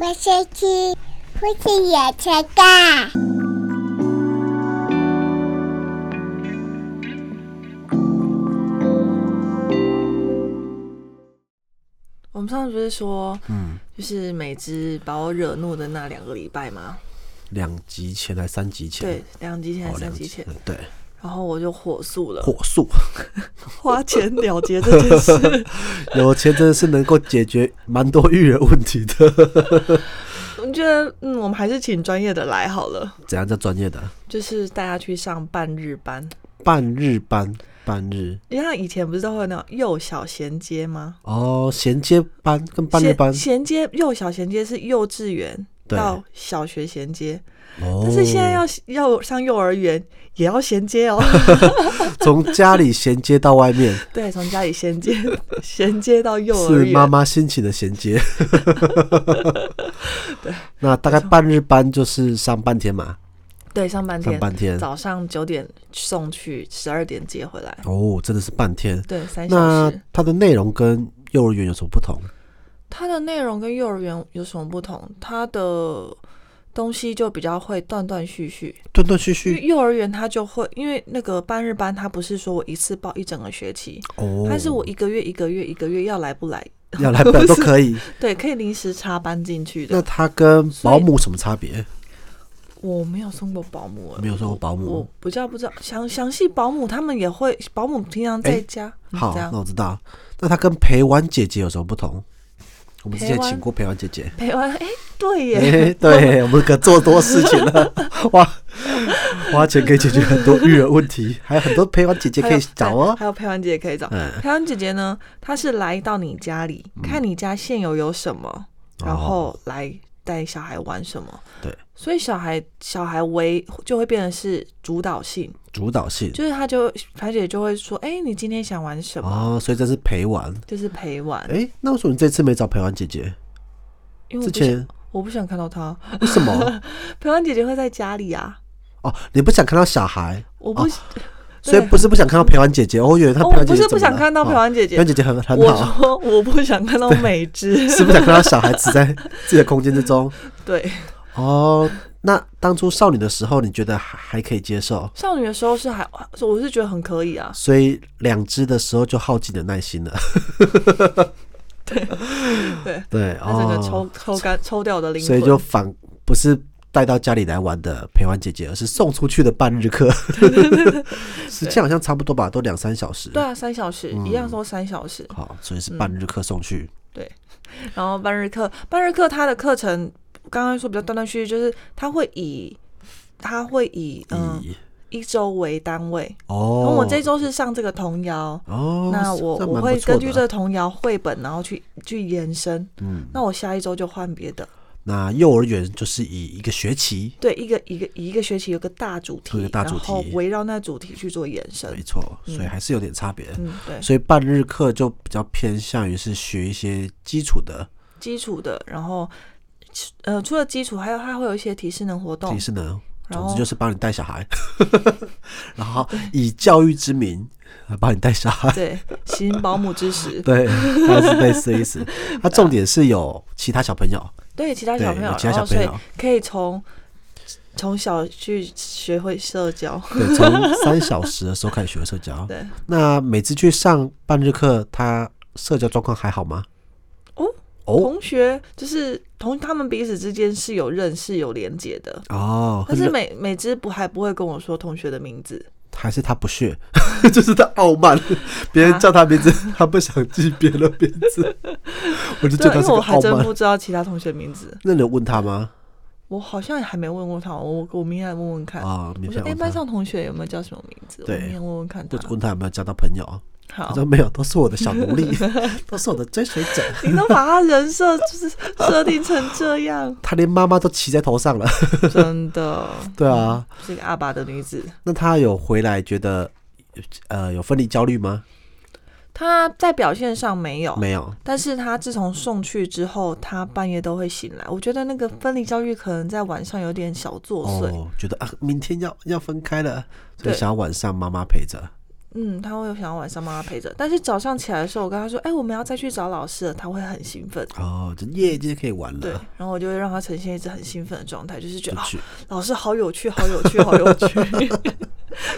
我先去，父亲也才干。我们上次不是说，嗯，就是美芝把我惹怒的那两个礼拜吗？两集前还三集前，对，两集前还哦，是三两集集前，嗯对，然后我就火速了，火速 花钱了结这件事。有钱真的是能够解决蛮多育儿问题的。 我觉得，嗯，我们还是请专业的来好了，怎样叫专业的？就是带他去上半日班。半日班，半日你看以前不是都会有那种幼小衔接吗？哦，衔接班跟半日衔班衔接幼小衔接是幼稚园对到小学衔接，哦，但是现在要要上幼儿园也要衔接 哦。从家里衔接到外面，对，从家里衔接 衔接到 幼儿是园。妈妈辛勤的 衔接。那大概半日班就是上半天嘛，对，上半天，上半天早上九点送去，十二点接回来，哦，真的是半天。对，三小那时。它的内容跟幼儿园有什么不同？它的内容跟幼儿园有什么不同？它的东西就比较会断断续续，断断续因为续幼儿园它就会，因为那个半日班，它不是说我一次报一整个学期，哦，它是我一个月一个月一个月要来不来，要 来本都可以。对，可以临时插班进去那的。它跟保姆什么差别？我没有送过保姆，欸没有送过保姆我比较不知道详详细保姆他们也会，保姆平常在哎家，嗯好，这样那我知道。那它跟陪玩姐姐有什么不同？我们之前陪玩请过陪玩姐姐。陪玩，哎， 对耶，哎，对，我们可做多事情 了，花花钱可以解决很多育儿问题，还有很多陪玩姐姐还可以有找对哦。还有陪玩姐姐可以找。嗯陪玩姐姐呢，她是来到你家里，看你家现有有什么，然后来带小孩玩什么。哦对，所以小孩小孩为就会变成是主导性，主导性就是他就排姐就会说，哎、你今天想玩什么？哦，所以这是陪玩。就是陪玩。哎，那为什么你这次没找陪玩姐姐？因为我不之想 前我不想看到她， 为什么？陪玩姐姐会在家里啊，哦，你不想看到小孩，我不。所以不是不想看到陪玩姐姐。哦，我以为他哦陪玩我不姐姐是怎不么了、想看到陪玩姐姐哦陪玩姐姐很很我好，说我不想看到美芝， 是不想看到小孩子在自己的空间之中。 对，哦，那当初少女的时候，你觉得还还可以接受，少女的时候是还，我是觉得很可以啊，所以两只的时候就耗尽了耐 心了。对 对，他整个哦，抽抽干抽掉我的灵魂，所以就反不是带到家里来玩的陪玩姐姐，而是送出去的半日 课， 时间好像差不多吧，都两三小时。对，啊，三小时、嗯一样说三小时。好，所以是半日课送去。然后半日课，半日课它的课程刚刚说比较断断续续，就是它会以它会以嗯、咦一周为单位，然后哦，我这周是上这个童谣。哦，那我这蛮我不会错根据的这个童谣绘本，然后去去延伸。嗯，那我下一周就换别的。那幼儿园就是以一个学期，对，一个一个一个学期有个大主题，有个大主然后题围绕那主题去做延伸没。错，所以还是有点差别。嗯，对，所以半日课就比较偏向于是学一些基础的基础的，然后呃，除了基础，还有它会有一些提示能活动提，示呢。哦然总后之就是帮你带小孩， 然后以教育之名来帮你带 小孩。对，行保姆之实， 对，它是类似的 意思。它重点是有其他小朋友，对其他对小朋友有，其他然后小所朋以友可以从从小去学会社交，对，从三小时的时候开始学社交。 对，那每次去上半日课，他社交状况还好吗？哦哦同学就是同他们彼此之间是有认识有连结的。哦，但是每每只不还不会跟我说同学的名字，还是他不屑， 就是他傲 慢，别人叫他名字，他不想记别人名字，我就觉对啊，因为得他是个我还傲真慢。不知道其他同学名字，那你有问他吗？我好像还没问过他，我我明天来问问看。啊，我免说哎、费问班他，上啊同学有没有叫什么名字？我对明天问问看或他者。问他有没有交到朋友。好他，说没有，都是我的小奴 隶，都是我的追随者。，你都把他人设就是设定成这样他连妈妈都骑在头上了。 真的对啊，是一个阿爸的女子。那他有回来觉得，呃，有分离焦虑吗？她在表现上没有，没有。但是她自从送去之后，她半夜都会醒来。我觉得那个分离焦虑可能在晚上有点小作祟，哦，觉得啊，明天要要分开了，所对以想要晚上妈妈陪着。嗯，他会想要晚上妈妈陪着，但是早上起来的时候，我跟他说，哎、我们要再去找老师了，他会很兴奋。哦，就夜今天可以玩对了，，然后我就会让他呈现一直很兴奋的状态，就是觉就得啊，去。老师好有趣，好有趣，好有趣。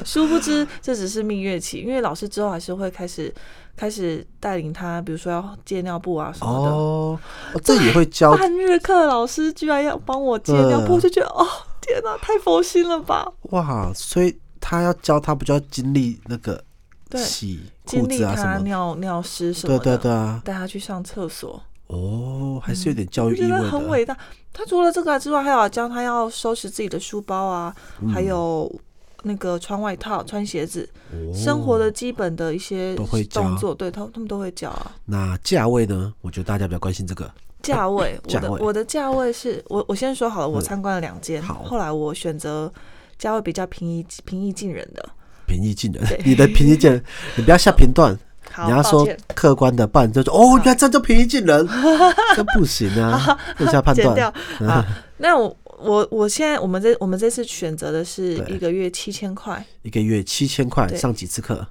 殊不知这只是蜜月期，因为老师之后还是会开始开始带领他，比如说要借尿布啊什么的。哦，哦这也会教半日课老师居然要帮我借尿布，嗯我就觉得哦，天哪、太佛心了吧！哇，所以他要教他不就要经历那个对洗裤经历子啊他什么？尿尿湿什么对的，对对啊，带他去上厕所，哦，还是有点教我育觉意得味很的。伟大。他除了这个之外，还有教他要收拾自己的书包啊，嗯还有那个穿外套、穿鞋子，哦生活的基本的一些都会教动作，对他他们都会教啊。那价位呢？我觉得大家比较关心这 个。价位，我价的位嗯我的价位是我我先说好了，我参观了两间，好后来我选择价位比较平易平易近人的。平易近人对，你的平易近人，你不要下评断， 好，你要抱说歉，客观的，不然就说哦，原来这就平易近 人，这不行啊，不能下判剪掉 断。啊。那我我我现在我们这我们这次选择的是对一个月七千块，一个月七千块，对上几次课？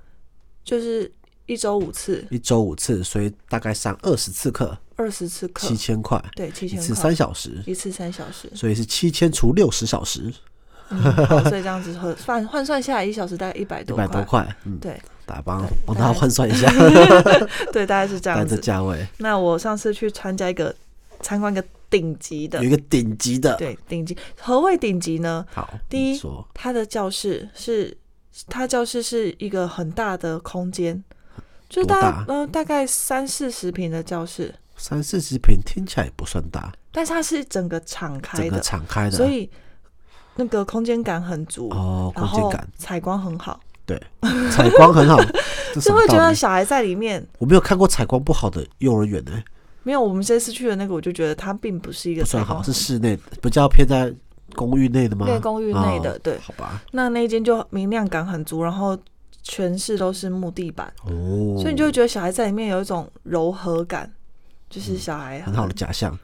就是一周五次，一周五次，所以大概上二十次课，二十次课七，千块，对，七一千次块三，小时，一次三小时，所以是七千除六十小时，嗯好所以这样子换换换算下来，一小时大概一百一多百多块，嗯，对打帮对帮大他概换 算一下，对，大概是这大概样这子。价位，那我上次去参加一个参观一个顶级的有一，个顶级的，对，顶级。何谓顶级呢？好，第一你说它的教室是，它教室是一个很大的空间，就是多大大嗯、呃大概三四十平的教室，三四十平听起来也不算大，但是它是整个敞整开个的，敞开的，啊所以那个空间感很足，哦，空然间后感采光很好，对，采光 很好，这什就么会觉道得理？小孩在里面。我没有看过采光不好的幼儿园呢、没有，我们这次去的那个，我就觉得它并不是一个不算采光好，很是室内的，比较偏在公寓内的吗？对公寓内的哦对好吧，那那一间就明亮感很足，然后全是都是木地板，哦，所以你就会觉得小孩在里面有一种柔和感，就是小孩嗯很好的 假象，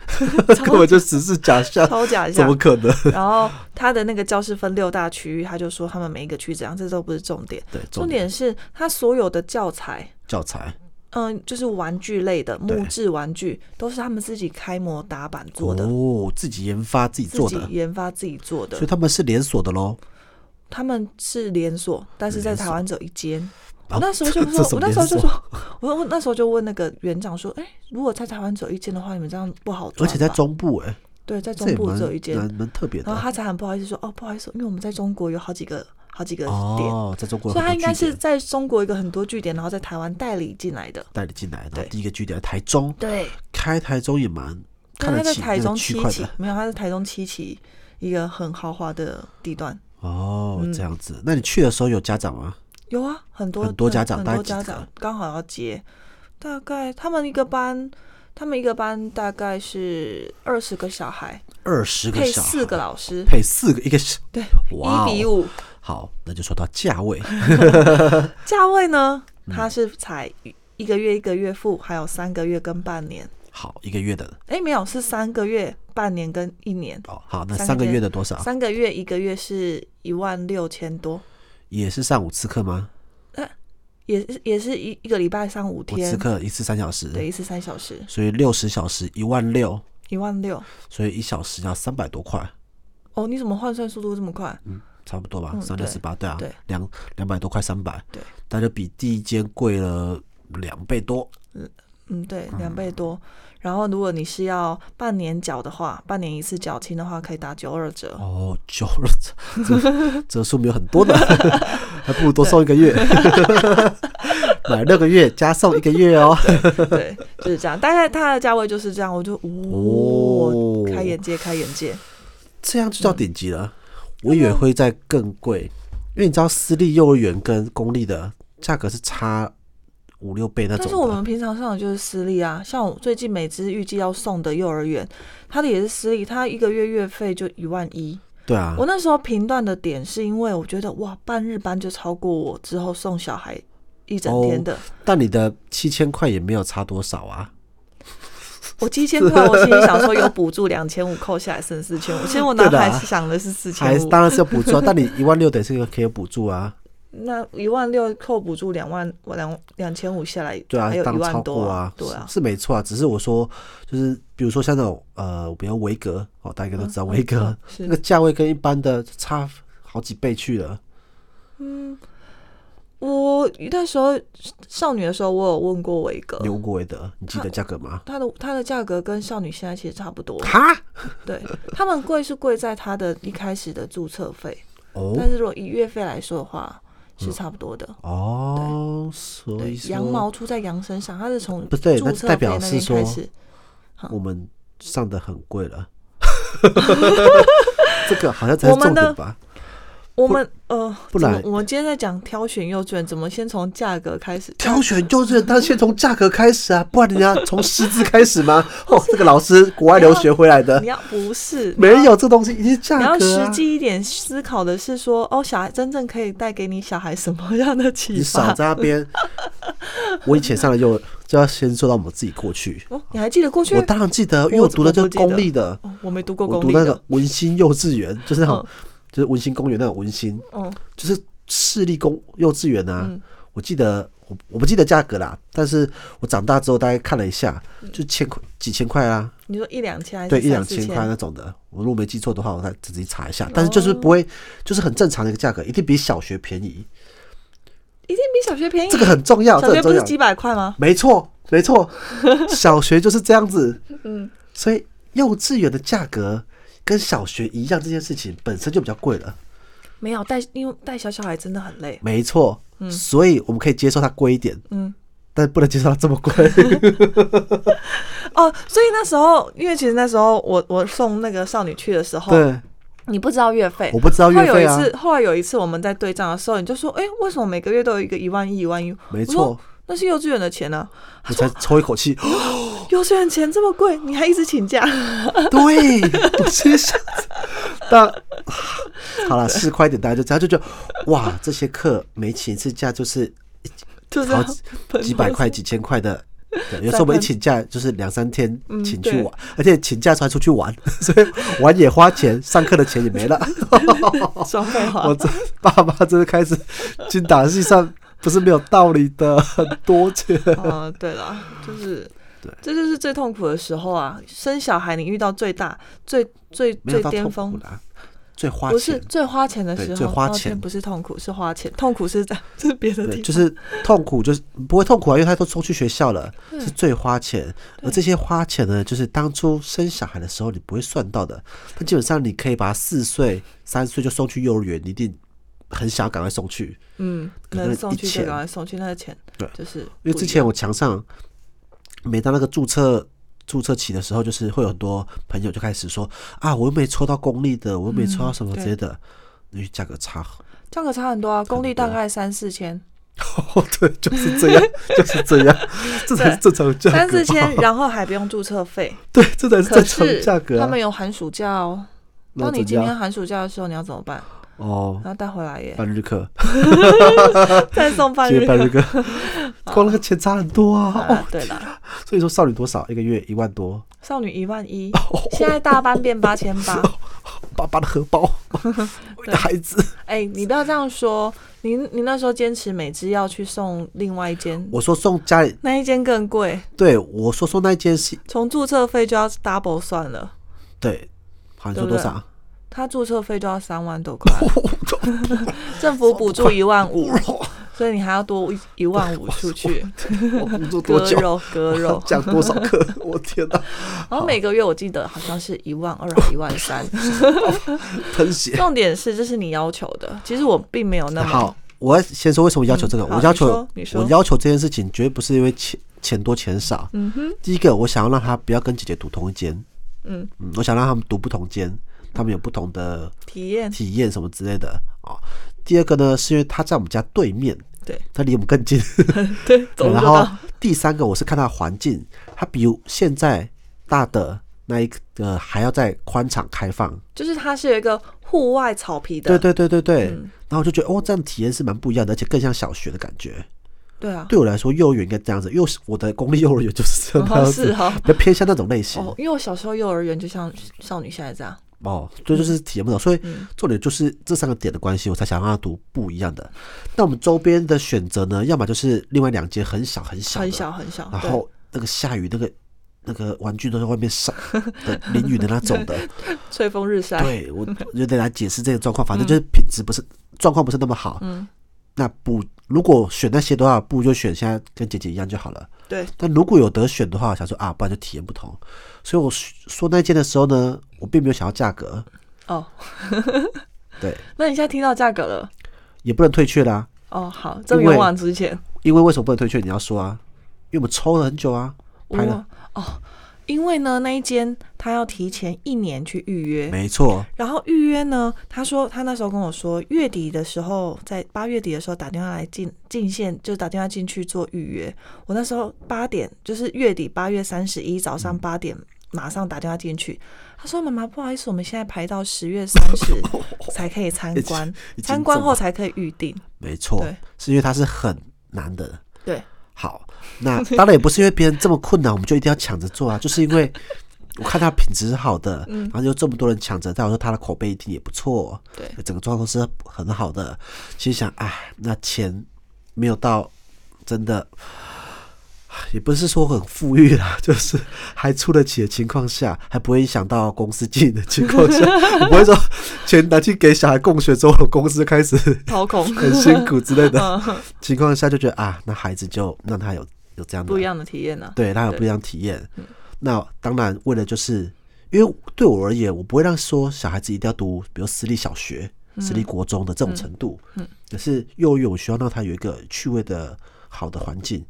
超 根本就只是假象，超假一怎下么。可能？ 然后他的那个教室分六大区域，他就说他们每一个区怎样，这都不是重点。对，重点是他所有的教材，教材嗯，就是玩具类的对木质玩具，都是他们自己开模打板做的，哦，自己研发自己自做己的，研发自己做所以的。他们是连锁的喽。他们是连锁，但是在连锁台湾只有一间。我啊那时候就这说，什我么那连时候就锁？说， 我我那时候就问那个园长说，哎、如果在台湾只有一间的话，你们这样不好赚而吧。且在中部哎、对，在这中也部蛮只有一间，蛮蛮特别然后的。啊他才很不好意思说，哦，不好意思，因为我们在中国有好几个好几个点，哦，在中国有所以很他应多该据点是在中国一个很多据点，然后在台湾代理进来的。带你进来，然后对第一个据点在台中，对，开台中也蛮看但他得在起台那个中区七块期的，没有，他在台中七期一个很豪华的地段。哦，嗯这样子。那你去的时候有家长吗？有啊，很多很多家长很大概多几家个啊长刚好要接，大概他们一个班，他们一个班大概是二十个小孩，二十个配小孩四个，老师，配四个，一个是对，哇一比哦五。好，那就说到价位，价位呢，它是采一个月一个月付，还有三个月跟半年。好一个月的哎，没有，是三个月、半年跟一年。哦，好那三个三个月月的多少？三个月一个月是一万六千多，也是上五次课吗？也是也是一一个礼拜上五五次天，课一次三小时，对，一次三小时，所以六十小时一万六，一万六。所以一小时要三百多块，哦，你怎么换算速度这么快？差不多吧，嗯三六十八，对啊对，两两百多块三百，对，那就比第一间贵了两倍多，嗯，对，两倍多。然后如果你是要半年缴的话，半年一次缴清的话，可以打九二折。哦，九了， 折折数没有很 多的，还不如多送一个月，买六个月加送一个月哦。对，就是这样。大概它的价位就是这样，我就哦，开眼嗯界，开眼界。这样就叫顶级了。我以为会再更贵，因为你知道私立幼儿园跟公立的价格是差五六倍那种的。但是我们平常上的就是私立啊，像我最近美资预计要送的幼儿园，它的也是私立，它一个月月费就一万一。对啊我，那时候评断的点是因为我觉得哇，半日班就超过我之后送小孩一整哦天 的，但你的七千块也没有差多少啊。我七千块，我心里想说有补助两千五扣下来剩四千五，其实我脑 对的海啊想的是四还 千五，当然是有补助啊，但你一万六等于是可以有补助啊。那一万六扣补助两万两两千五下来，对啊还，有一当超万过多啊，对是啊，是没错啊。只是我说，就是比如说像那种呃，比如维格哦，大家应该都知道维格，是那 个价位跟一般的差好几倍去了。我那时候少女的时候，我有问过伟哥你，问过维德，嗯你记得价格吗？，它的它的价格跟少女现在其实差不多哈对，他们贵是贵在它的一开始的注册费，哦但是如果以月费来说的话，是差不多的。哦，所对以，说羊毛出在羊身上，它是从不对注那册代费表那是边说开始，嗯我们上的很贵 了。这个好像才是我们重的点吧？我们呃，不怎么然我们今天在讲挑选幼稚园，怎么先从价格开始？挑选就是他先从价格开始啊，不然你要从师资开始 吗？哦，这个老师国外留学回来的你，要不是没有这东西，一定是你价要格实啊。际一点思考的是说，哦，小孩真正可以带给你小孩什么样的启你少发？在那边。我以前上了幼，就要先说到我们自己过去。哦，你还记得过去？我当然记得，因为我读的就是公立的，哦，我没读过我公读立那的个，文心幼稚园，就是那种嗯，就是文心公园那种文心，嗯，就是市立公幼稚园啊嗯。我记得我我不记得价格啦，但是我长大之后大概看了一下，就千块几千块啊啦，你说一两千还是对，一两三四千千块那种的。我如果没记错的话，我再仔细查一下。但是哦就是不会，就是很正常的一个价格，一定比小学便宜。一定比小学便宜。啊这个很重要，小这个学很不重是要。几百块吗？没错，没错，小学就是这样子。嗯，所以幼稚园的价格跟小学一样，这件事情本身就比较贵了。没有带，因为带小小孩真的很累。没错，所以我们可以接受它贵一点，嗯，但不能接受它这么 贵。哦，所以那时候，因为其实那时候我我送那个少女去的时候， 对，你不知道月费，我不知道月后来有费啊一次，后来有一次我们在对账的时候，你就说，哎、为什么每个月都有一个一万一、一万一？没我说错，那是幼稚园的钱呢、我才抽一口气。幼稚园钱这么贵，你还一直请假？ 对，我直接想着，但 好了，是快一点，大家就这样就觉得，哇，这些课每请一次假就是就是好要几喷几百口块、水几千块的。对，有时候我们一请假就是两三天嗯请去对玩，而且请假出来出去玩， 所以玩也花钱，上课的钱也没 了。双倍花 我。这爸妈真的开始精打细算，不是没有道理的，很多钱。嗯，对了，就是对，这就是最痛苦的时候啊！生小孩，你遇到最大、最最没有最到巅痛苦峰，啦，最花不是钱，最花钱的时对候，最花哦天钱不是痛苦，是花钱，痛苦是在是别的地对，方，就是痛苦，就是不会痛苦啊，因为他都送去学校了，对是最花钱。而这些花钱呢，就是当初生小孩的时候你不会算到的，但基本上你可以把他四岁、三岁就送去幼儿园，你一定很想要赶快送去。嗯，可能能送一去千就赶快送去，那个钱对就是因为不之一前样我墙上每当那个注册注册期的时候，就是会有很多朋友就开始说啊，我又没抽到公立的，我又没抽到什么嗯之类的，因为价格差。价格差很多啊，公立大概三四千，哦， 对，就是这样，就是这 样，这才是正常价格吧。三四千，然后还不用注册费，对，这才 是可正常是价格、他啊们。有寒暑假哦。那当你怎今样天寒暑假的时候，你要怎么 办？ 啊哦，然后带回来耶，半日课，再送 半接日半日课。课，光那个钱差很多啊！ 啊哦，，对了，所以说少女多少一个月一万多，哦少女一万 一，现在大班变八千八。 爸爸的荷包，我的孩子。哎，你不要这样说，你你那时候坚持每只要去送另外一间，我说送家里，那一间更贵，对我说送那件是，从注册费就要 double 算了，对，好像对说不多对少啊？他注册费就要三万多 块，政府补助一万五，所以你还要多一一万五出去，我工作多割久？，肉割肉讲多少课？ 我天哪！然后每个月我记得好像是一万二还一万三，喷血。重点是这是你要求的，其实我并没有那么好，我要先说为什么要求这个。嗯我好要你求说你，说我要求这件事情绝对不是因为钱钱多钱少。嗯哼，第一个，我想要让他不要跟姐姐读同一间。嗯嗯，我想让他们读不同间，他们有不同的体验体验什么之类的啊、哦。第二个呢，是因为他在我们家对面，对他离我们 更近。对，走得然后到，第三个，我是看它的环境，它比现在大的那一个还要再宽敞开放。就是它是有一个户外草皮的，对对对对对。嗯然后我就觉得哦，这样体验是蛮不一样的，而且更像小学的感觉。对啊，对我来说，幼儿园应该这样子，因为我的公立幼儿园就是这然后样哦是子，哈。比较偏向那种类型。哦，因为我小时候幼儿园就像少女现在这样，哦，对，就是体验不到。所以嗯重点就是这三个点的关系，我才想让他读不一样的。那我们周边的选择呢，要么就是另外两间很小很小的很小很小，然对后那个下雨那个。那个玩具都在外面晒的淋雨的那 种的，吹风日晒，对我有点难解释这 个状况，反正就是品质不是状况不是那么好。嗯，那不如果选那些的话，不如就选现在跟姐姐一样就好了。对，但如果有得选的话，我想说啊，不然就体验不同。所以我说那件的时候呢，我并没有想要价格，哦，对，那你现在听到价格了？也不能退却啦，哦，好，这因么为勇往直前，因为为什么不能退却？你要说啊，因为我们抽了很久啊，拍了，哇哦，因为呢那一间他要提前一年去预约，没错，然后预约呢，他说他那时候跟我说，月底的时候，在八月底的时候打电话来进进线，就打电话进去做预约。我那时候八点，就是月底八月三十一早上嗯八点，马上打电话进去。他说：“妈妈，不好意思，我们现在排到十月三 十才可以参观已经，参观中后了才可以预定。没错对，是因为它是很难的。” 对，好，那当然也不是因为别人这么困难，我们就一定要抢着做啊，就是因为我看它品质是好的，然后有这么多人抢着，但我说它的口碑一定也不错，对整个状况是很好的。心想，哎，那钱没有到，真的。也不是说很富裕啦，就是还出得起的情况下，还不会影响到公司经营的情况下，我不会说钱拿去给小孩供学之后，公司开始 掏空很辛苦之类的 嗯情况下，就觉得啊，那孩子就让他有有这样的不一，样的嗯体验啊呢、对，让他有不一样的体验。那当然，为了就是因为对我而言，我不会让说小孩子一定要读，比如私立小学、嗯私立国中的这种程度，嗯，可是幼儿园我希望让他有一个趣味的好的环境，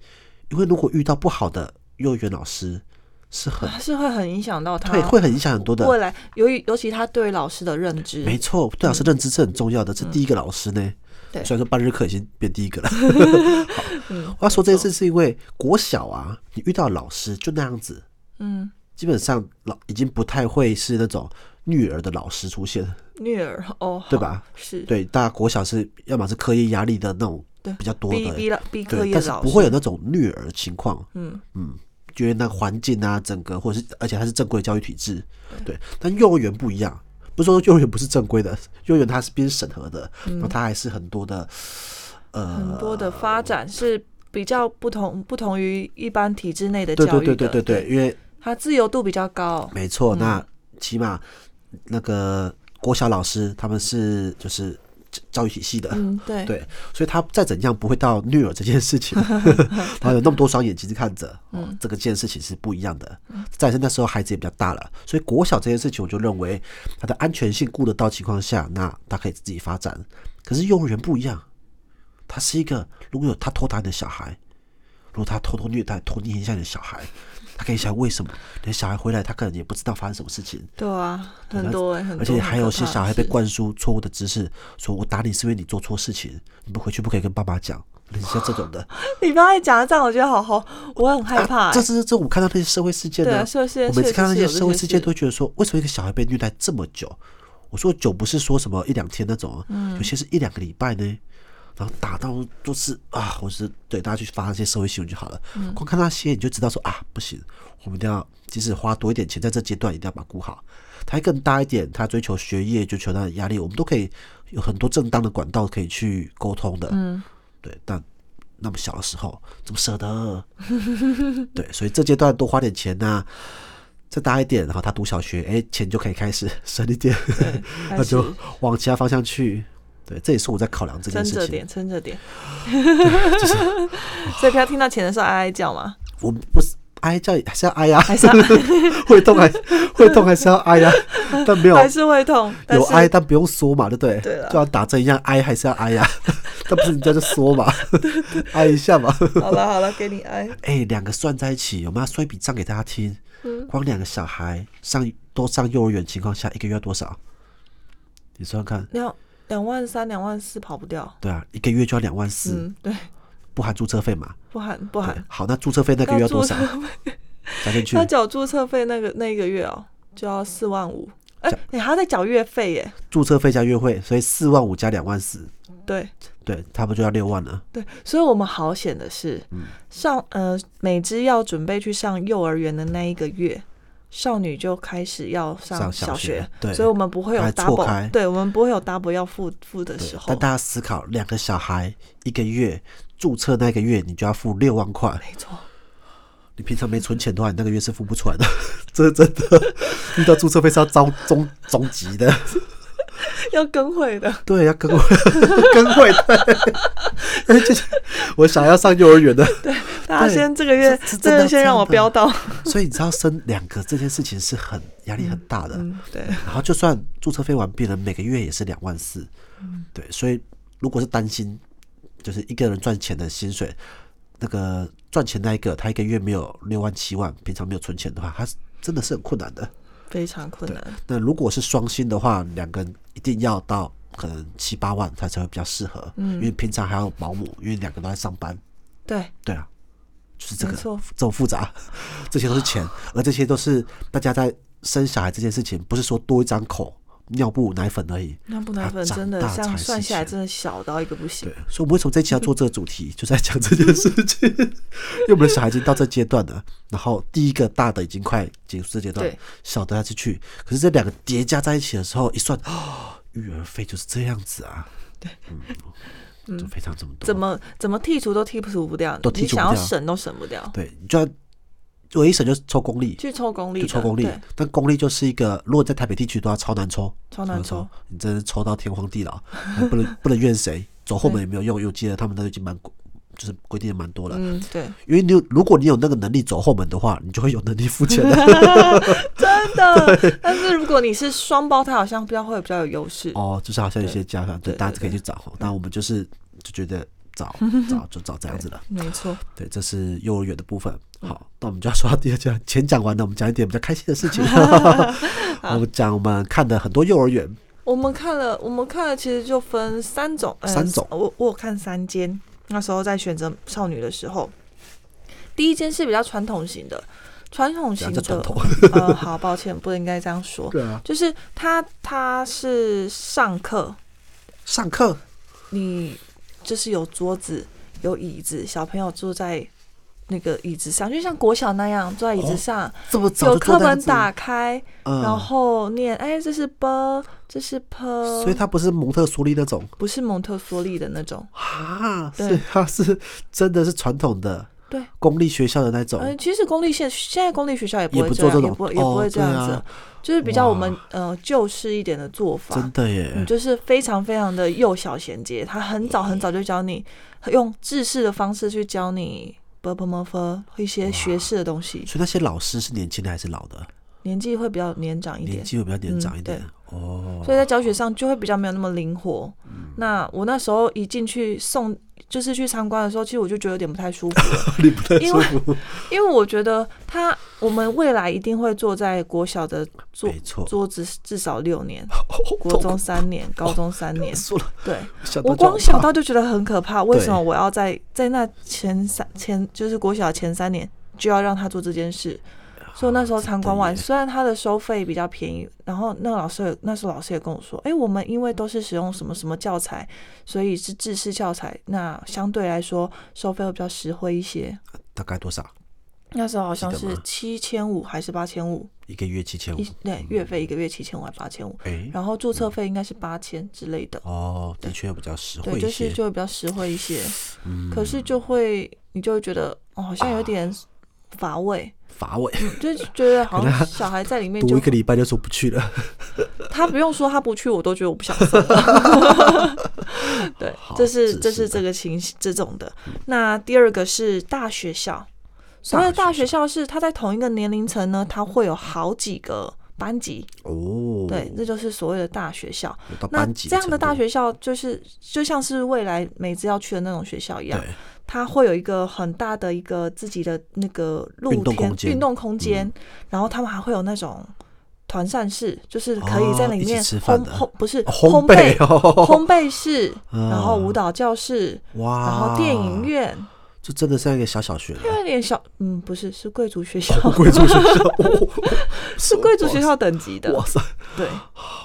因为如果遇到不好的幼儿园老师，是很啊，是会很影响到他对会很影响很多的未来，由于尤其他对于老师的认知，没错，对老师认知是很重要的，是第一个老师呢。嗯对虽然说半日课已经变第一 个了。好我要说这件事是因为国小啊，你遇到老师就那样子，嗯，基本上老已经不太会是那种虐儿的老师出现了，虐儿哦，对好吧？是，对，大家国小是要么是课业压力的那种对比较多逼逼的，了逼课对，业的但是老师不会有那种虐儿情况。嗯嗯，因为那个环境啊，整个或者是而且它是正规教育体制，对。但幼儿园不一样，不是说幼儿园不是正规的， 幼儿园它是边审核的，嗯然后它还是很多的，呃，很多的发展是比较不同，不同于一般体制内的对教对育的，嗯对对对对，因为它自由度比较高，没错，那起码那个国小老师他们是就是教育体系的，嗯，对，对，所以他再怎样不会到虐儿这件事情，他有那么多双眼睛看着，哦，这个件事情是不一样的。再是那时候孩子也比较大了，所以国小这件事情，我就认为他的安全性顾得到情况下，那他可以自己发展。可是幼儿园不一样，他是一个如果有他偷打你的小孩，如果他偷偷虐待、偷捏一下你的小孩，他可以想为什么你的小孩回来，他可能也不知道发生什么事情。对啊，对很多欸很多，而且还有很可些怕小的孩被事灌输错误的知识，说我打你是因为你做错事情，你们回去不可以跟爸爸讲，类似像这种的。你刚才讲的这样，我觉得好好，我很害怕欸，啊这是这我们看到那些社会事件对呢、啊社会事件我每次确看到实是那些有这社会些事件，事都觉得说，为什么一个小孩被虐待这么久？我说久不是说什么一两天那种啊，嗯有些是一两个礼拜呢。然后打到都是啊，我是对大家去发那些社会新闻就好了。嗯光看那些你就知道说啊，不行，我们一定要即使花多一点钱，在这阶段一定要把它顾好。他还更大一点，他追求学业，追求他的压力，我们都可以有很多正当的管道可以去沟通的。嗯，对，但那么小的时候怎么舍得？对，所以这阶段多花点钱呐、再大一点，然后他读小学，哎、钱就可以开始 省一点， 那开就始往其他方向去。对，这也是我在考量这撑件事着情点，。撑着点， 所以不要听到钱的时候哀哀叫嘛，我不是哀叫，还是要哀呀、还是要会痛还会痛还是要哀呀、但没 有还是会痛，但有是哀，但不用缩嘛，对不对？对啦就像打针一样，哀还是要哀呀、 但不是人家就缩嘛， 哀一下嘛。好了好了，给你 哀，哎、两个算在一起，我们要算一笔账给大家听。嗯光两个小孩上都上幼儿园情况下，一个月要多少？你算算看。两两万三两万四跑不掉，对啊，一个月就要两万四、嗯，对，不含注册费嘛。不含不对含，，好，那注册费那个月要多少要？注册加进去他，缴注册费那个那一个月哦，就要四万五。哎、你还要再缴月费耶？注册费加月费，所以四万五加两万四，对对，差不多就要六万了。对，所以我们好险嗯的是，上呃美芝要准备去上幼儿园的那一个月，少女就开始要上上小小学对所以我们不会有还错 double，开对我们不会有 double 要付付的时候但，大家思考，两个小孩一个月注册那个月，你就要付六万块。没错，你平常没存钱的话，你那个月是付不出来的， 这是真的。遇到注册费是要遭终终极的，要更会的，对，要跟我 跟会对。哎， 这我想要上幼儿园的，大家对先这个月是是，这真个的先让我真的飙到，所以你知道生两个这件事情是很压力很大的。嗯，对，然后就算注册费完毕了，每个月也是两万四，对，所以如果是担心，就是一个人赚钱的薪水，那个赚钱那一个，他一个月没有六万七万，平常没有存钱的话，他是真的是很困难的。非常困难，那如果是双薪的话，两个人一定要到可能七八万，他才会比较适合，嗯因为平常还有保姆，因为两个都在上班，对，对啊，就是这个没错这种复杂， 这些都是钱，而这些都是大家在生小孩这件事情，不是说多一张口尿布奶粉而已。那布奶粉它真的长大这样才算是下来钱真的小到一个不行对，，所以我们为什么这期要做这个主题， 就在讲这件事情，因为我们的小孩已经到这阶段了，然后第一个大的已经快结束这阶段对，小的还是去，可是这两个叠加在一起的时候，一算，哦、育儿费就是这样子啊，对，嗯，就非常这么多，怎么怎么剔除都剔除不掉，都剔你除不想要掉省都省不掉，对，你就要唯一省就是抽公立，去抽公立就的，抽公立对，但公立就是一个，如果在台北地区的话，超难抽，超难抽，你真是抽到天荒地老，还不能不能怨谁，走后门也没有用，因为我记得他们都已经蛮就是规定的蛮多了，嗯， 对，因为你有如果你有那个能力走后门的话，你就会有能力付钱的。 真的。但是如果你是双胞胎，好像比较会比较有优势。哦，就是好像有些家长对对大对家可以去找，但我们就是就觉得 找找就找这样子的。没错，对，这是幼儿园的部分。好，那我们就要说到第二讲，钱讲完了，我们讲一点比较开心的事 情。 我们讲我们看的很多幼儿园，我们看了，我们看了，其实就分三种，呃三种我我有看三间，那时候在选择少女的时候，第一间是比较传统型的，传统讲型这的，传统。呃，好，抱歉，不应该这样说。对啊，就是他，他是上课，上课你就是有桌子、有椅子，小朋友坐在那个椅子上，就像国小那样坐在椅子哦上，这么早有就做课这样本子打，开，嗯然后念，哎，这是 b，这是 p，所以它不是蒙特梭利那种不是蒙特梭利的那种，啊，对所以它是真的是传统的对。公立学校的那种。嗯，其实公立现现在公立学校也不也会不这做样，这也种不会也不哦会这对样子，啊就是比较我们哇呃旧式一点的做法，真的耶，嗯，就是非常非常的幼小衔接，他很早很早就教你用制式的方式去教你 b b m f 一些学士的东西，所以那些老师是年轻的还是老的？年纪会比较年长一年点，嗯纪会比较年长一点、哦。嗯所以在教学上就会比较没有那么灵活。那我那时候一进去送，就是去参观的时候，其实我就觉得有点不太 舒服了，你 不太因为因为我觉得他我们未来一定会坐在国小的桌没 错桌子至少六 年，哦，国中三年，高中三年 说了，对。想到我就好光想怕到就觉得很可怕，为对什么我要在在那前三前就是国小前三年就要让他做这件事？所以我那时候参观完，啊真的耶虽然他的收费比较便宜，然后那个老师也那时候老师也跟我说，哎、我们因为都是使用什么什么教材，所以是制式教材，那相对来说收费会比较实惠一些。大概多少那时候好像记得是吗七千五还是八千五，一个月七千五一？对嗯月费一个月七千五还八千五，哎，然后注册费应该是八千之类的。哦，的确比较实对，惠就一是些。嗯就会比较实惠一些。可是就会你就会觉得哦，好像有点乏味，乏味，就是觉得好可能他像小孩在里面读就一个礼拜就说不去了。他不用说他不去，我都觉得我不想 送了。对，好这是自这私是的这个情形这种的。那第二个是大学校，所谓的大大学校是他在同一个年龄层呢，他会有好几个班级，哦，对，这就是所谓的大学校。有到那班级这样的程大度学校就是就像是未来梅子要去的那种学校一样对，它会有一个很大的一个自己的那个露运动天空间嗯运动空间，然后他们还会有那种团扇室，就是可以在哦里一起面吃烘饭的烘不是哦烘焙焙哦烘焙室，嗯啊然后舞蹈教室，哇，然后电影，院，就真的像一个小小 学了。有点小嗯不是是贵族学校， 贵族学校，哦 是贵族学校等级的哇塞，对，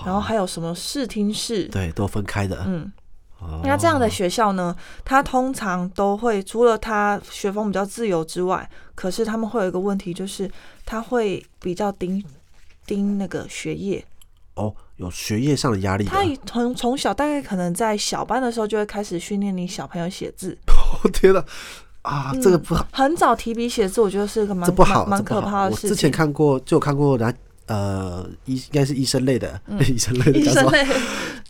然后还有什么视听室，对，都分开的。嗯，哦那这样的学校呢，它通常都会除了它学风比较自由之外，可是他们会有一个问题，就是他会比较盯盯那个学业。哦，有学业上的压力的。他从从小大概可能在小班的时候就会开始训练你小朋友写字， 我天哪，啊，这个不好，很早提笔写字，我觉得是一个嗯蛮这不好，蛮蛮这不可好怕的我事情。之前看过，就有看过人家呃医应该是医生类的， 医生类嗯 的医叫什生么 类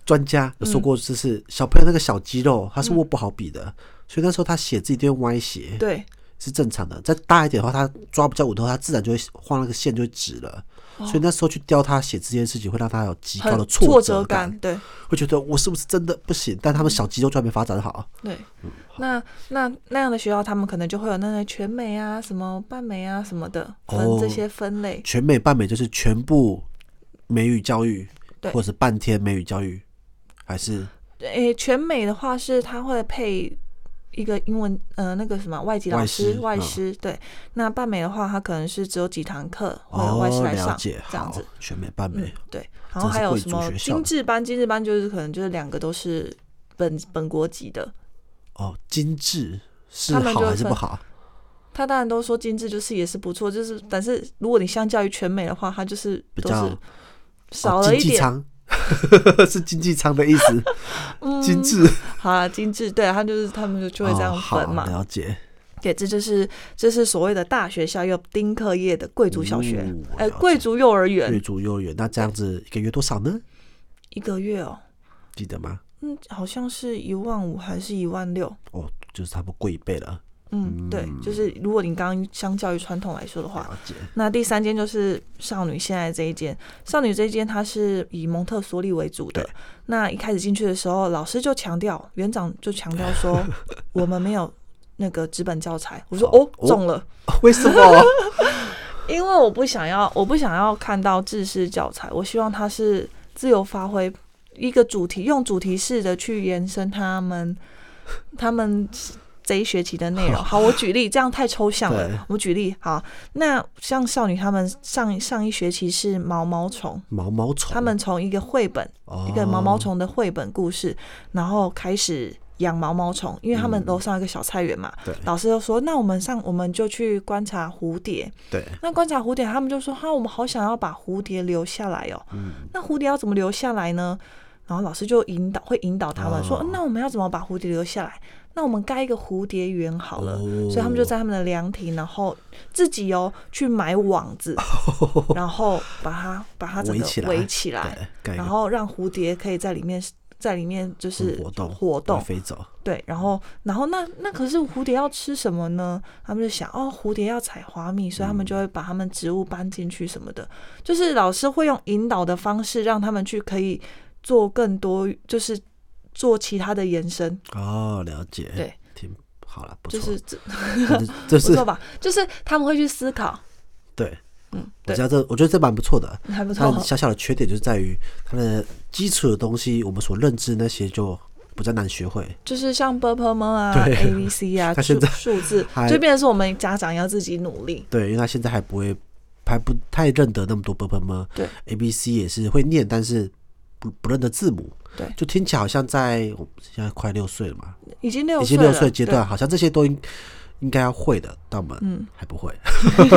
专家有说过，就是小朋友那个小肌嗯肉他是握不好笔的，所以那时候他写字一定会歪斜，对，是正常的。再大一点的话，他抓比较稳的话，他自然就会画那个线就会直了。所以那时候去雕他写字这件事情，会让他有极高的哦很挫折感，对。会觉得我是不是真的不行？但他们小肌肉居然没发展好，对，嗯那那那样的学校，他们可能就会有那些全美啊、什么半美啊什么的分这哦些分类。全美半美就是全部美语教育，对或者是半天美语教育，还是诶、全美的话是它会配一个英文，呃，那个什么外籍老外师师，外嗯师、对。那半美的话，它可能是只有几堂课会有哦外师来上，了解，这样好子。全美半嗯美，，对。然后真是还有贵什族么学校精的致班？精致班就是可能就是两个都是本本国籍的，哦，精致是他们好就还是分不好？他当然都说精致就是也是不错，就是但是如果你相较于全美的话，它就是比都较是少哦了一经济点。舱 是经济舱的意思， 精致好啦，精致，嗯对啊，他就是他们就就会这样哦好分嘛。了解，对，这就是这是所谓的大学校又丁克业的贵族小学嗯，哎、了解贵族幼儿园月租幼儿园，那这样子一个月多少呢？一个月哦，记得吗？嗯，好像是一万五还是一万六。哦，就是差不多贵一倍了。嗯，对，就是如果你刚刚相较于传统来说的话，了解，那第三间就是少女现在这一间，少女这一间它是以蒙特梭利为主的对。那一开始进去的时候，老师就强调，园长就强调说， 我们没有那个纸本教材。我说哦哦，哦中了，为什 么？因为我不想要，我不想要看到制式教材，我希望它是自由发挥一个主题，用主题式的去延伸他们他们这一学期的 内容。好，我举例，这样太抽象对了。我举例，好，那像少女他们上上一学期是毛毛虫，毛毛虫，他们从一个绘本，哦一个毛毛虫的绘本故事，然后开始养毛毛虫，因为他们楼上有一个小菜园嘛。嗯对老师就说，那我们上我们就去观察蝴蝶。对，那观察蝴蝶，他们就说：“哈，我们好想要把蝴蝶留下来哦。嗯那蝴蝶要怎么留下来呢？然后老师就引导，会引导他们说：“哦嗯那我们要怎么把蝴蝶留下来？那我们盖一个蝴蝶园好了。哦所以他们就在他们的凉亭，然后自己哦去买网 子，然后把它把它整围个起来，围起对来，，盖一然个后让蝴蝶可以在里面在里面就是活动嗯活动飞走，对，然后，然后那那可是蝴蝶要吃什么呢？他们就想，哦，蝴蝶要采花蜜，所以他们嗯就会把他们植物搬进去什么的。就是老师会用引导的方式，让他们去可以做更多，就是做其他的延伸。哦，了解，对，挺好了，不错，就是这就是就不错是吧？就是他们会去思考，对，嗯，我对觉，得这我觉得这蛮不错的。还不错它哦。小小的缺点就是在于它的基础的东西，我们所认知的那些就比较难学会。就是像 b u r p l e 啊、对 A B C 啊，他现数在数字，还就变成是我们家长要自己努力。对，因为他现在还不会，还不太认得那么多 b b m。对，A B C 也是会念，但是不不认得字母。对就听起来好像在我现在快六岁了嘛，已经六已岁经了，六岁阶对段，好像这些都应应该要会的，但我们嗯还不会。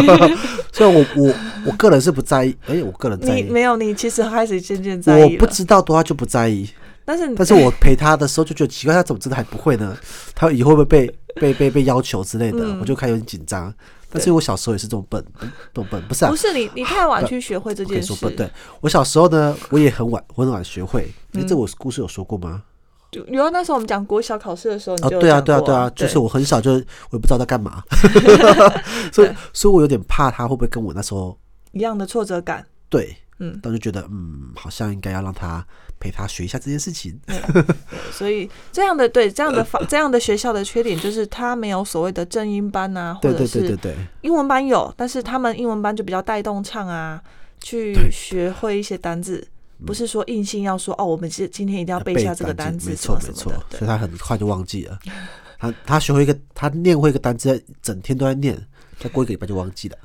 虽然我我我个人是不在意，哎、我个人在你意，没有，你其实开始渐渐在我意了。不知道多他就不在 意，但是你但是我陪他的时候就觉得奇怪，他怎么真的还不会呢？他以后会不会被 被被被要求之类的？嗯我就开始有点紧张。但是我小时候也是这种笨，这种笨，不是啊不，是你，你太晚去学会这不可以件说事，笨。对我小时候呢，我也很晚，我很晚学会。哎，嗯这我故事有说过吗？就有啊那时候我们讲国小考试的时候，你啊，就有对啊，讲对啊，过对啊，就是我很小就我也不知道在 干嘛，所以所以我有点怕他会不会跟我那时候一样的挫折感。对，嗯，但我就觉得嗯，好像应该要让他陪他学一下这件事情。对所以这样的对这样的 法这样的学校的缺点就是它没有所谓的正音班啊，或对者对对对是对，英文班有，但是他们英文班就比较带动唱啊，去学会一些单字，不是说硬性要说哦，我们今今天一定要背一下这个单没字什错么没什错么的，，所对以他很快就忘 记了。他他学会一个，他念会一个单词，整天都在念，再过一个礼拜就忘记 了。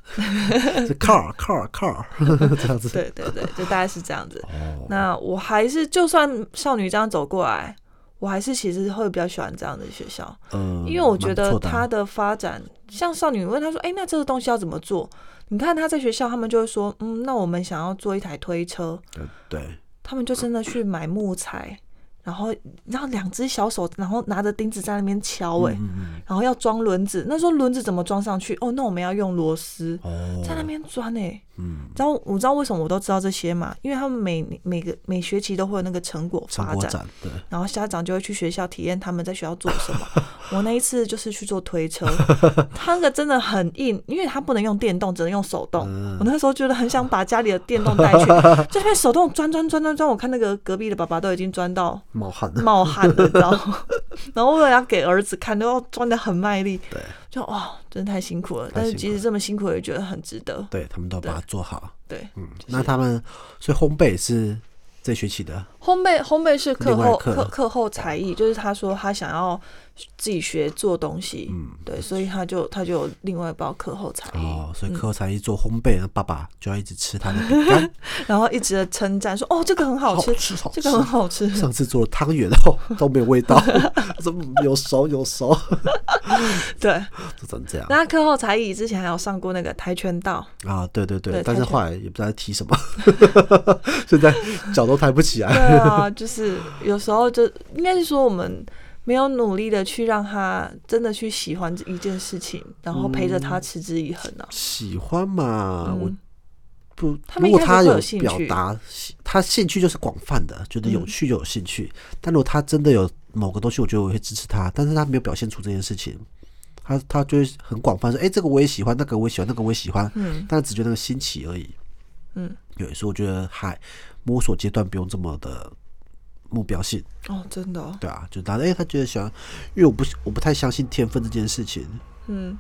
是 car car car 这样子。对对对，就大概是这样子。哦，那我还是就算少女这样走过来，我还是其实会比较喜欢这样的学校，嗯，因为我觉蛮得不错的啊它的发展，像少女问他说：“哎、那这个东西要怎么做？”你看他在学校，他们就会说：“嗯，那我们想要做一台推车。对对，”他们就真的去买木材，然后然后两只小手，然后拿着钉子在那边敲、哎、嗯然后要装轮子。那时候轮子怎么装上去？哦，那我们要用螺丝。嗯，哦，在那边钻哎、嗯，知道我知道为什么我都知道这些嘛？因为他们每每个每学期都会有那个成果成发果展，展，对，然后家长就会去学校体验他们在学校做什么。我那一次就是去做推 车，它那个真的很硬，因为它不能用电动，只能用手动。嗯我那时候觉得很想把家里的电动带 去，就在手动钻钻钻钻钻，我看那个隔壁的爸爸都已经钻到冒汗，冒汗了，你知道吗？ 然后为了要给儿子看，都要钻的很卖力，对就哇，真的太辛苦了。但是辛苦即使这么辛苦，也觉得很值得。对，他们都把它做好。对，嗯，那他们所以烘焙是这学期的，烘焙烘焙是课另外后课课课后才艺，就是他说他想要自己学做东西，嗯对，所以他就他就有另外报课后才艺，哦，所以课后才艺做烘焙，那爸爸就要一直吃他的饼干，然后一直的称赞说哦这个很 好吃，好吃好 这吃个。很好吃，上次做的汤圆哦都没有味道，怎么有熟有熟， 对。就成这样那他课后才艺之前还有上过那个跆拳 道，啊？对对对对，但是他就后来也不知道在提什么， 现在脚都抬不起对来。啊，就是有时候就应该是说我们。没有努力的去让他真的去喜欢一件事情，然后陪着他持之以恒啊。喜欢嘛，嗯啊我嗯不，他们如果应该他是会有有兴表趣达，他兴趣就是广泛的，觉得有趣就有兴趣。嗯但如果他真的有某个东西，我觉得我会支持他，但是他没有表现出这件事情，他他就会很广泛说，哎、这个我也喜欢，那个我也喜欢，那个我也喜欢，嗯但只觉得那个新奇而已。嗯，有时候我觉得还摸索阶段不用这么的目标性，哦，真的、哦，对啊，就他哎、他觉得喜欢，因为我不我不太相信天分这件事情，嗯，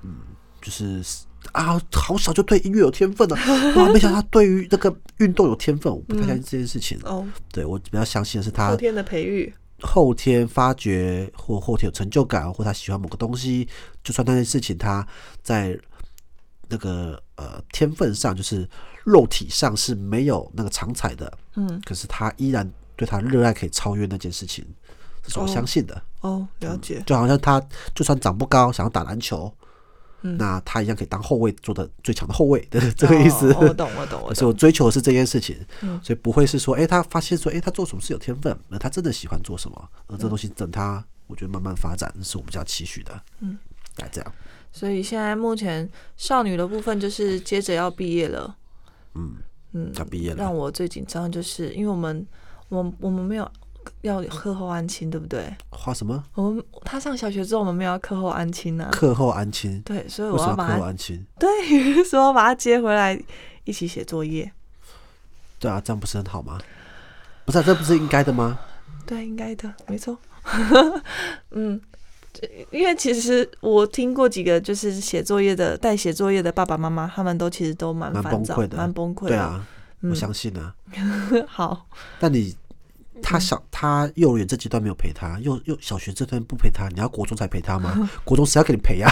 就是啊，好小就对音乐有天 分了、啊哇，没想到他对于那个运动有天分，我不太相信这件事情。啊哦，对我比较相信的是后他天的培育，后天发掘或后天有成就感，或他喜欢某个东西，就算那件事情他在那个呃天分上，就是肉体上是没有那个长才的，嗯，可是他依然对他热爱可以超越那件事情，这是我哦相信的。哦，嗯了解，就好像他就算长不高，想要打篮球，嗯那他一样可以当后卫，做的最强的后卫 的这个意思。哦我懂，我懂，我所以我懂。追求的是这件事情，嗯所以不会是说，哎、他发现说，哎、他做什么事有天分，那他真的喜欢做什么，而这东西等他，我觉得慢慢发展是我比较期许的。嗯，来这样，所以现在目前少女的部分就是接着要毕业了。嗯，嗯，要毕业了让，我最紧张的就是，因为我们，我们我们没有要课后安亲，对不对？花什么我们他上小学之后，我们没有要课后安亲啊。课后安亲？对，所以为我什要么要把课后啊他安亲？对， 所以我要把他接回来一起写作业。对啊，这样不是很好吗？不是、啊，这不是应该的吗？对，应该的，没错。 嗯，这因为其实我听过几个就是写作业的带写作业的爸爸妈妈，他们都其实都蛮蛮烦崩躁溃、的蛮崩溃对啊，我嗯，相信啊。 好，但你他嗯小他幼儿园这阶段没有陪他，幼幼小学这段不陪他，你要国中才陪他 吗？国中谁要给你陪呀、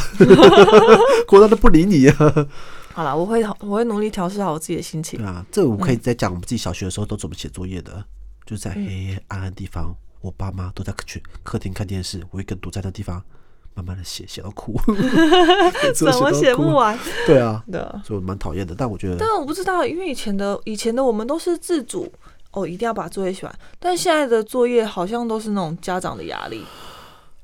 国中都不理你啊，好了，我会我会努力调试好我自己的心情对。啊，这我们可以再讲我们自己小学的时候都怎么写作业的，就在嗯黑黑暗暗地方，我爸妈都在客去客厅看电视，我一个人躲在那地方，慢慢的写写 到哭， 每次怎都么写写到哭不？完 对啊，的？所以我蛮讨厌的，但我觉得但我不知道，因为以前的以前的我们都是自主哦，一定要把作业写完。但现在的作业好像都是那种家长的压力。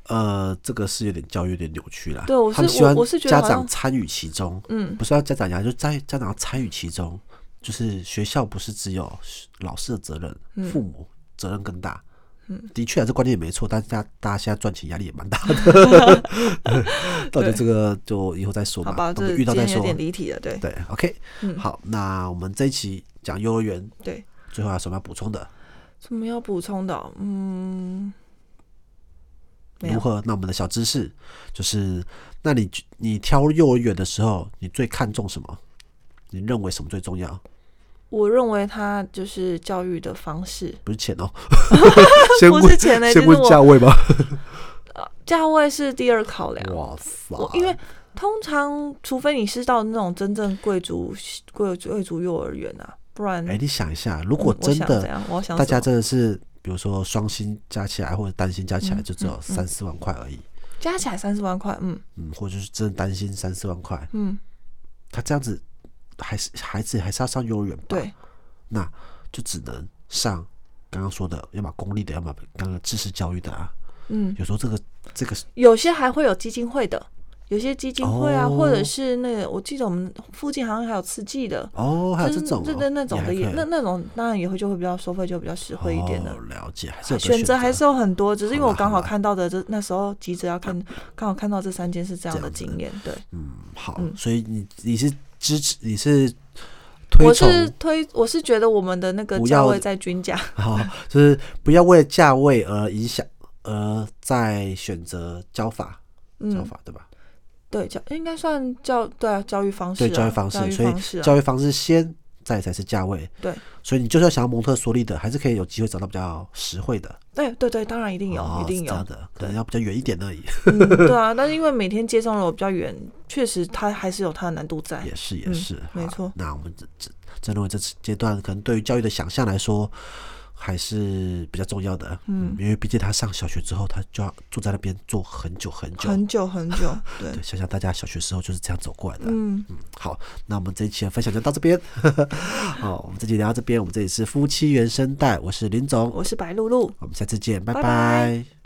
呃，这个是有点教育有点扭曲啦。对我他们是希我望我是觉得家好长像参与其中，嗯不是要家长呀，就在家长要参与其中，就是学校不是只有老师的责任，嗯父母责任更大。嗯，的确啊，这观念也没错，但是大家大家现在赚钱压力也蛮大的。 到底这个就以后再说好吧，吧，等这遇今到再天有说。啊点离题了，对对，OK，、嗯好，那我们这一期讲幼儿园，对。最后还有什么要补充的？什么要补充的哦？嗯，没如有。何？那我们的小知识就是，那你你挑幼儿园的时候，你最看重什么？你认为什么最重要？我认为它就是教育的方式，不是钱 哦，先不问是钱呢、就先是问价我位吧。价位是第二考量。哇塞我！因为通常，除非你是到那种真正贵族贵贵族幼儿园啊，不然哎、你想一下，如如果嗯真我想怎的样，我要想大家什么真的是比如说双薪加起来或者单薪加起来就嗯只有三四万块而已，加起来三十万块，嗯嗯，或者是真的单薪三四万块，嗯，他这样子还是孩子还是要上幼儿园吧？对，那就只能上刚刚说的，要么公立的，要么刚刚知识教育的啊。嗯，有时候这个这个是有些还会有基金会的，有些基金会啊，哦或者是那个，我记得我们附近好像还有慈济的，哦，还有就这是种、哦、对对，那种的也也还可以那那种当然也会就会比较收费就比较实惠一点的哦。了解，还是有个选择还是有很多，只是因为好我啦刚好好啦看到的，这那时候急着要看，刚好看到这三件是这样这的样子经验。对，嗯好，嗯所以你你是支持你是推我崇是推，我是觉得我们的那个不价要位在均 价，好，就是不要为了价位而影响，而在选择教法，教嗯，法对吧？对教应该算教对啊教育方式啊，对教育方式，教育所方以式啊，教育方式先，再才是价位。对，所以你就算想要蒙特梭利的，还是可以有机会找到比较实惠的，对哎对对，当然一定有，哦一定是有这样，的，可能要比较远一点而已。嗯，对啊，但是因为每天接送的我比较远，确实它还是有它的难度在也。是也嗯是，没好啊错那我们这这正认为这次阶段可能对于教育的想象来说，还是比较重要的。嗯，因为毕竟他上小学之后，他就要坐在那边坐很久很久。很久很 久，对，对，想想大家小学时候就是这样走过来的。嗯，好，那我们这一期的分享就到这边。 好，我们这期聊到这边，我们这里是夫妻原声带，我是林总，我是白露露，我们下次见，拜拜拜拜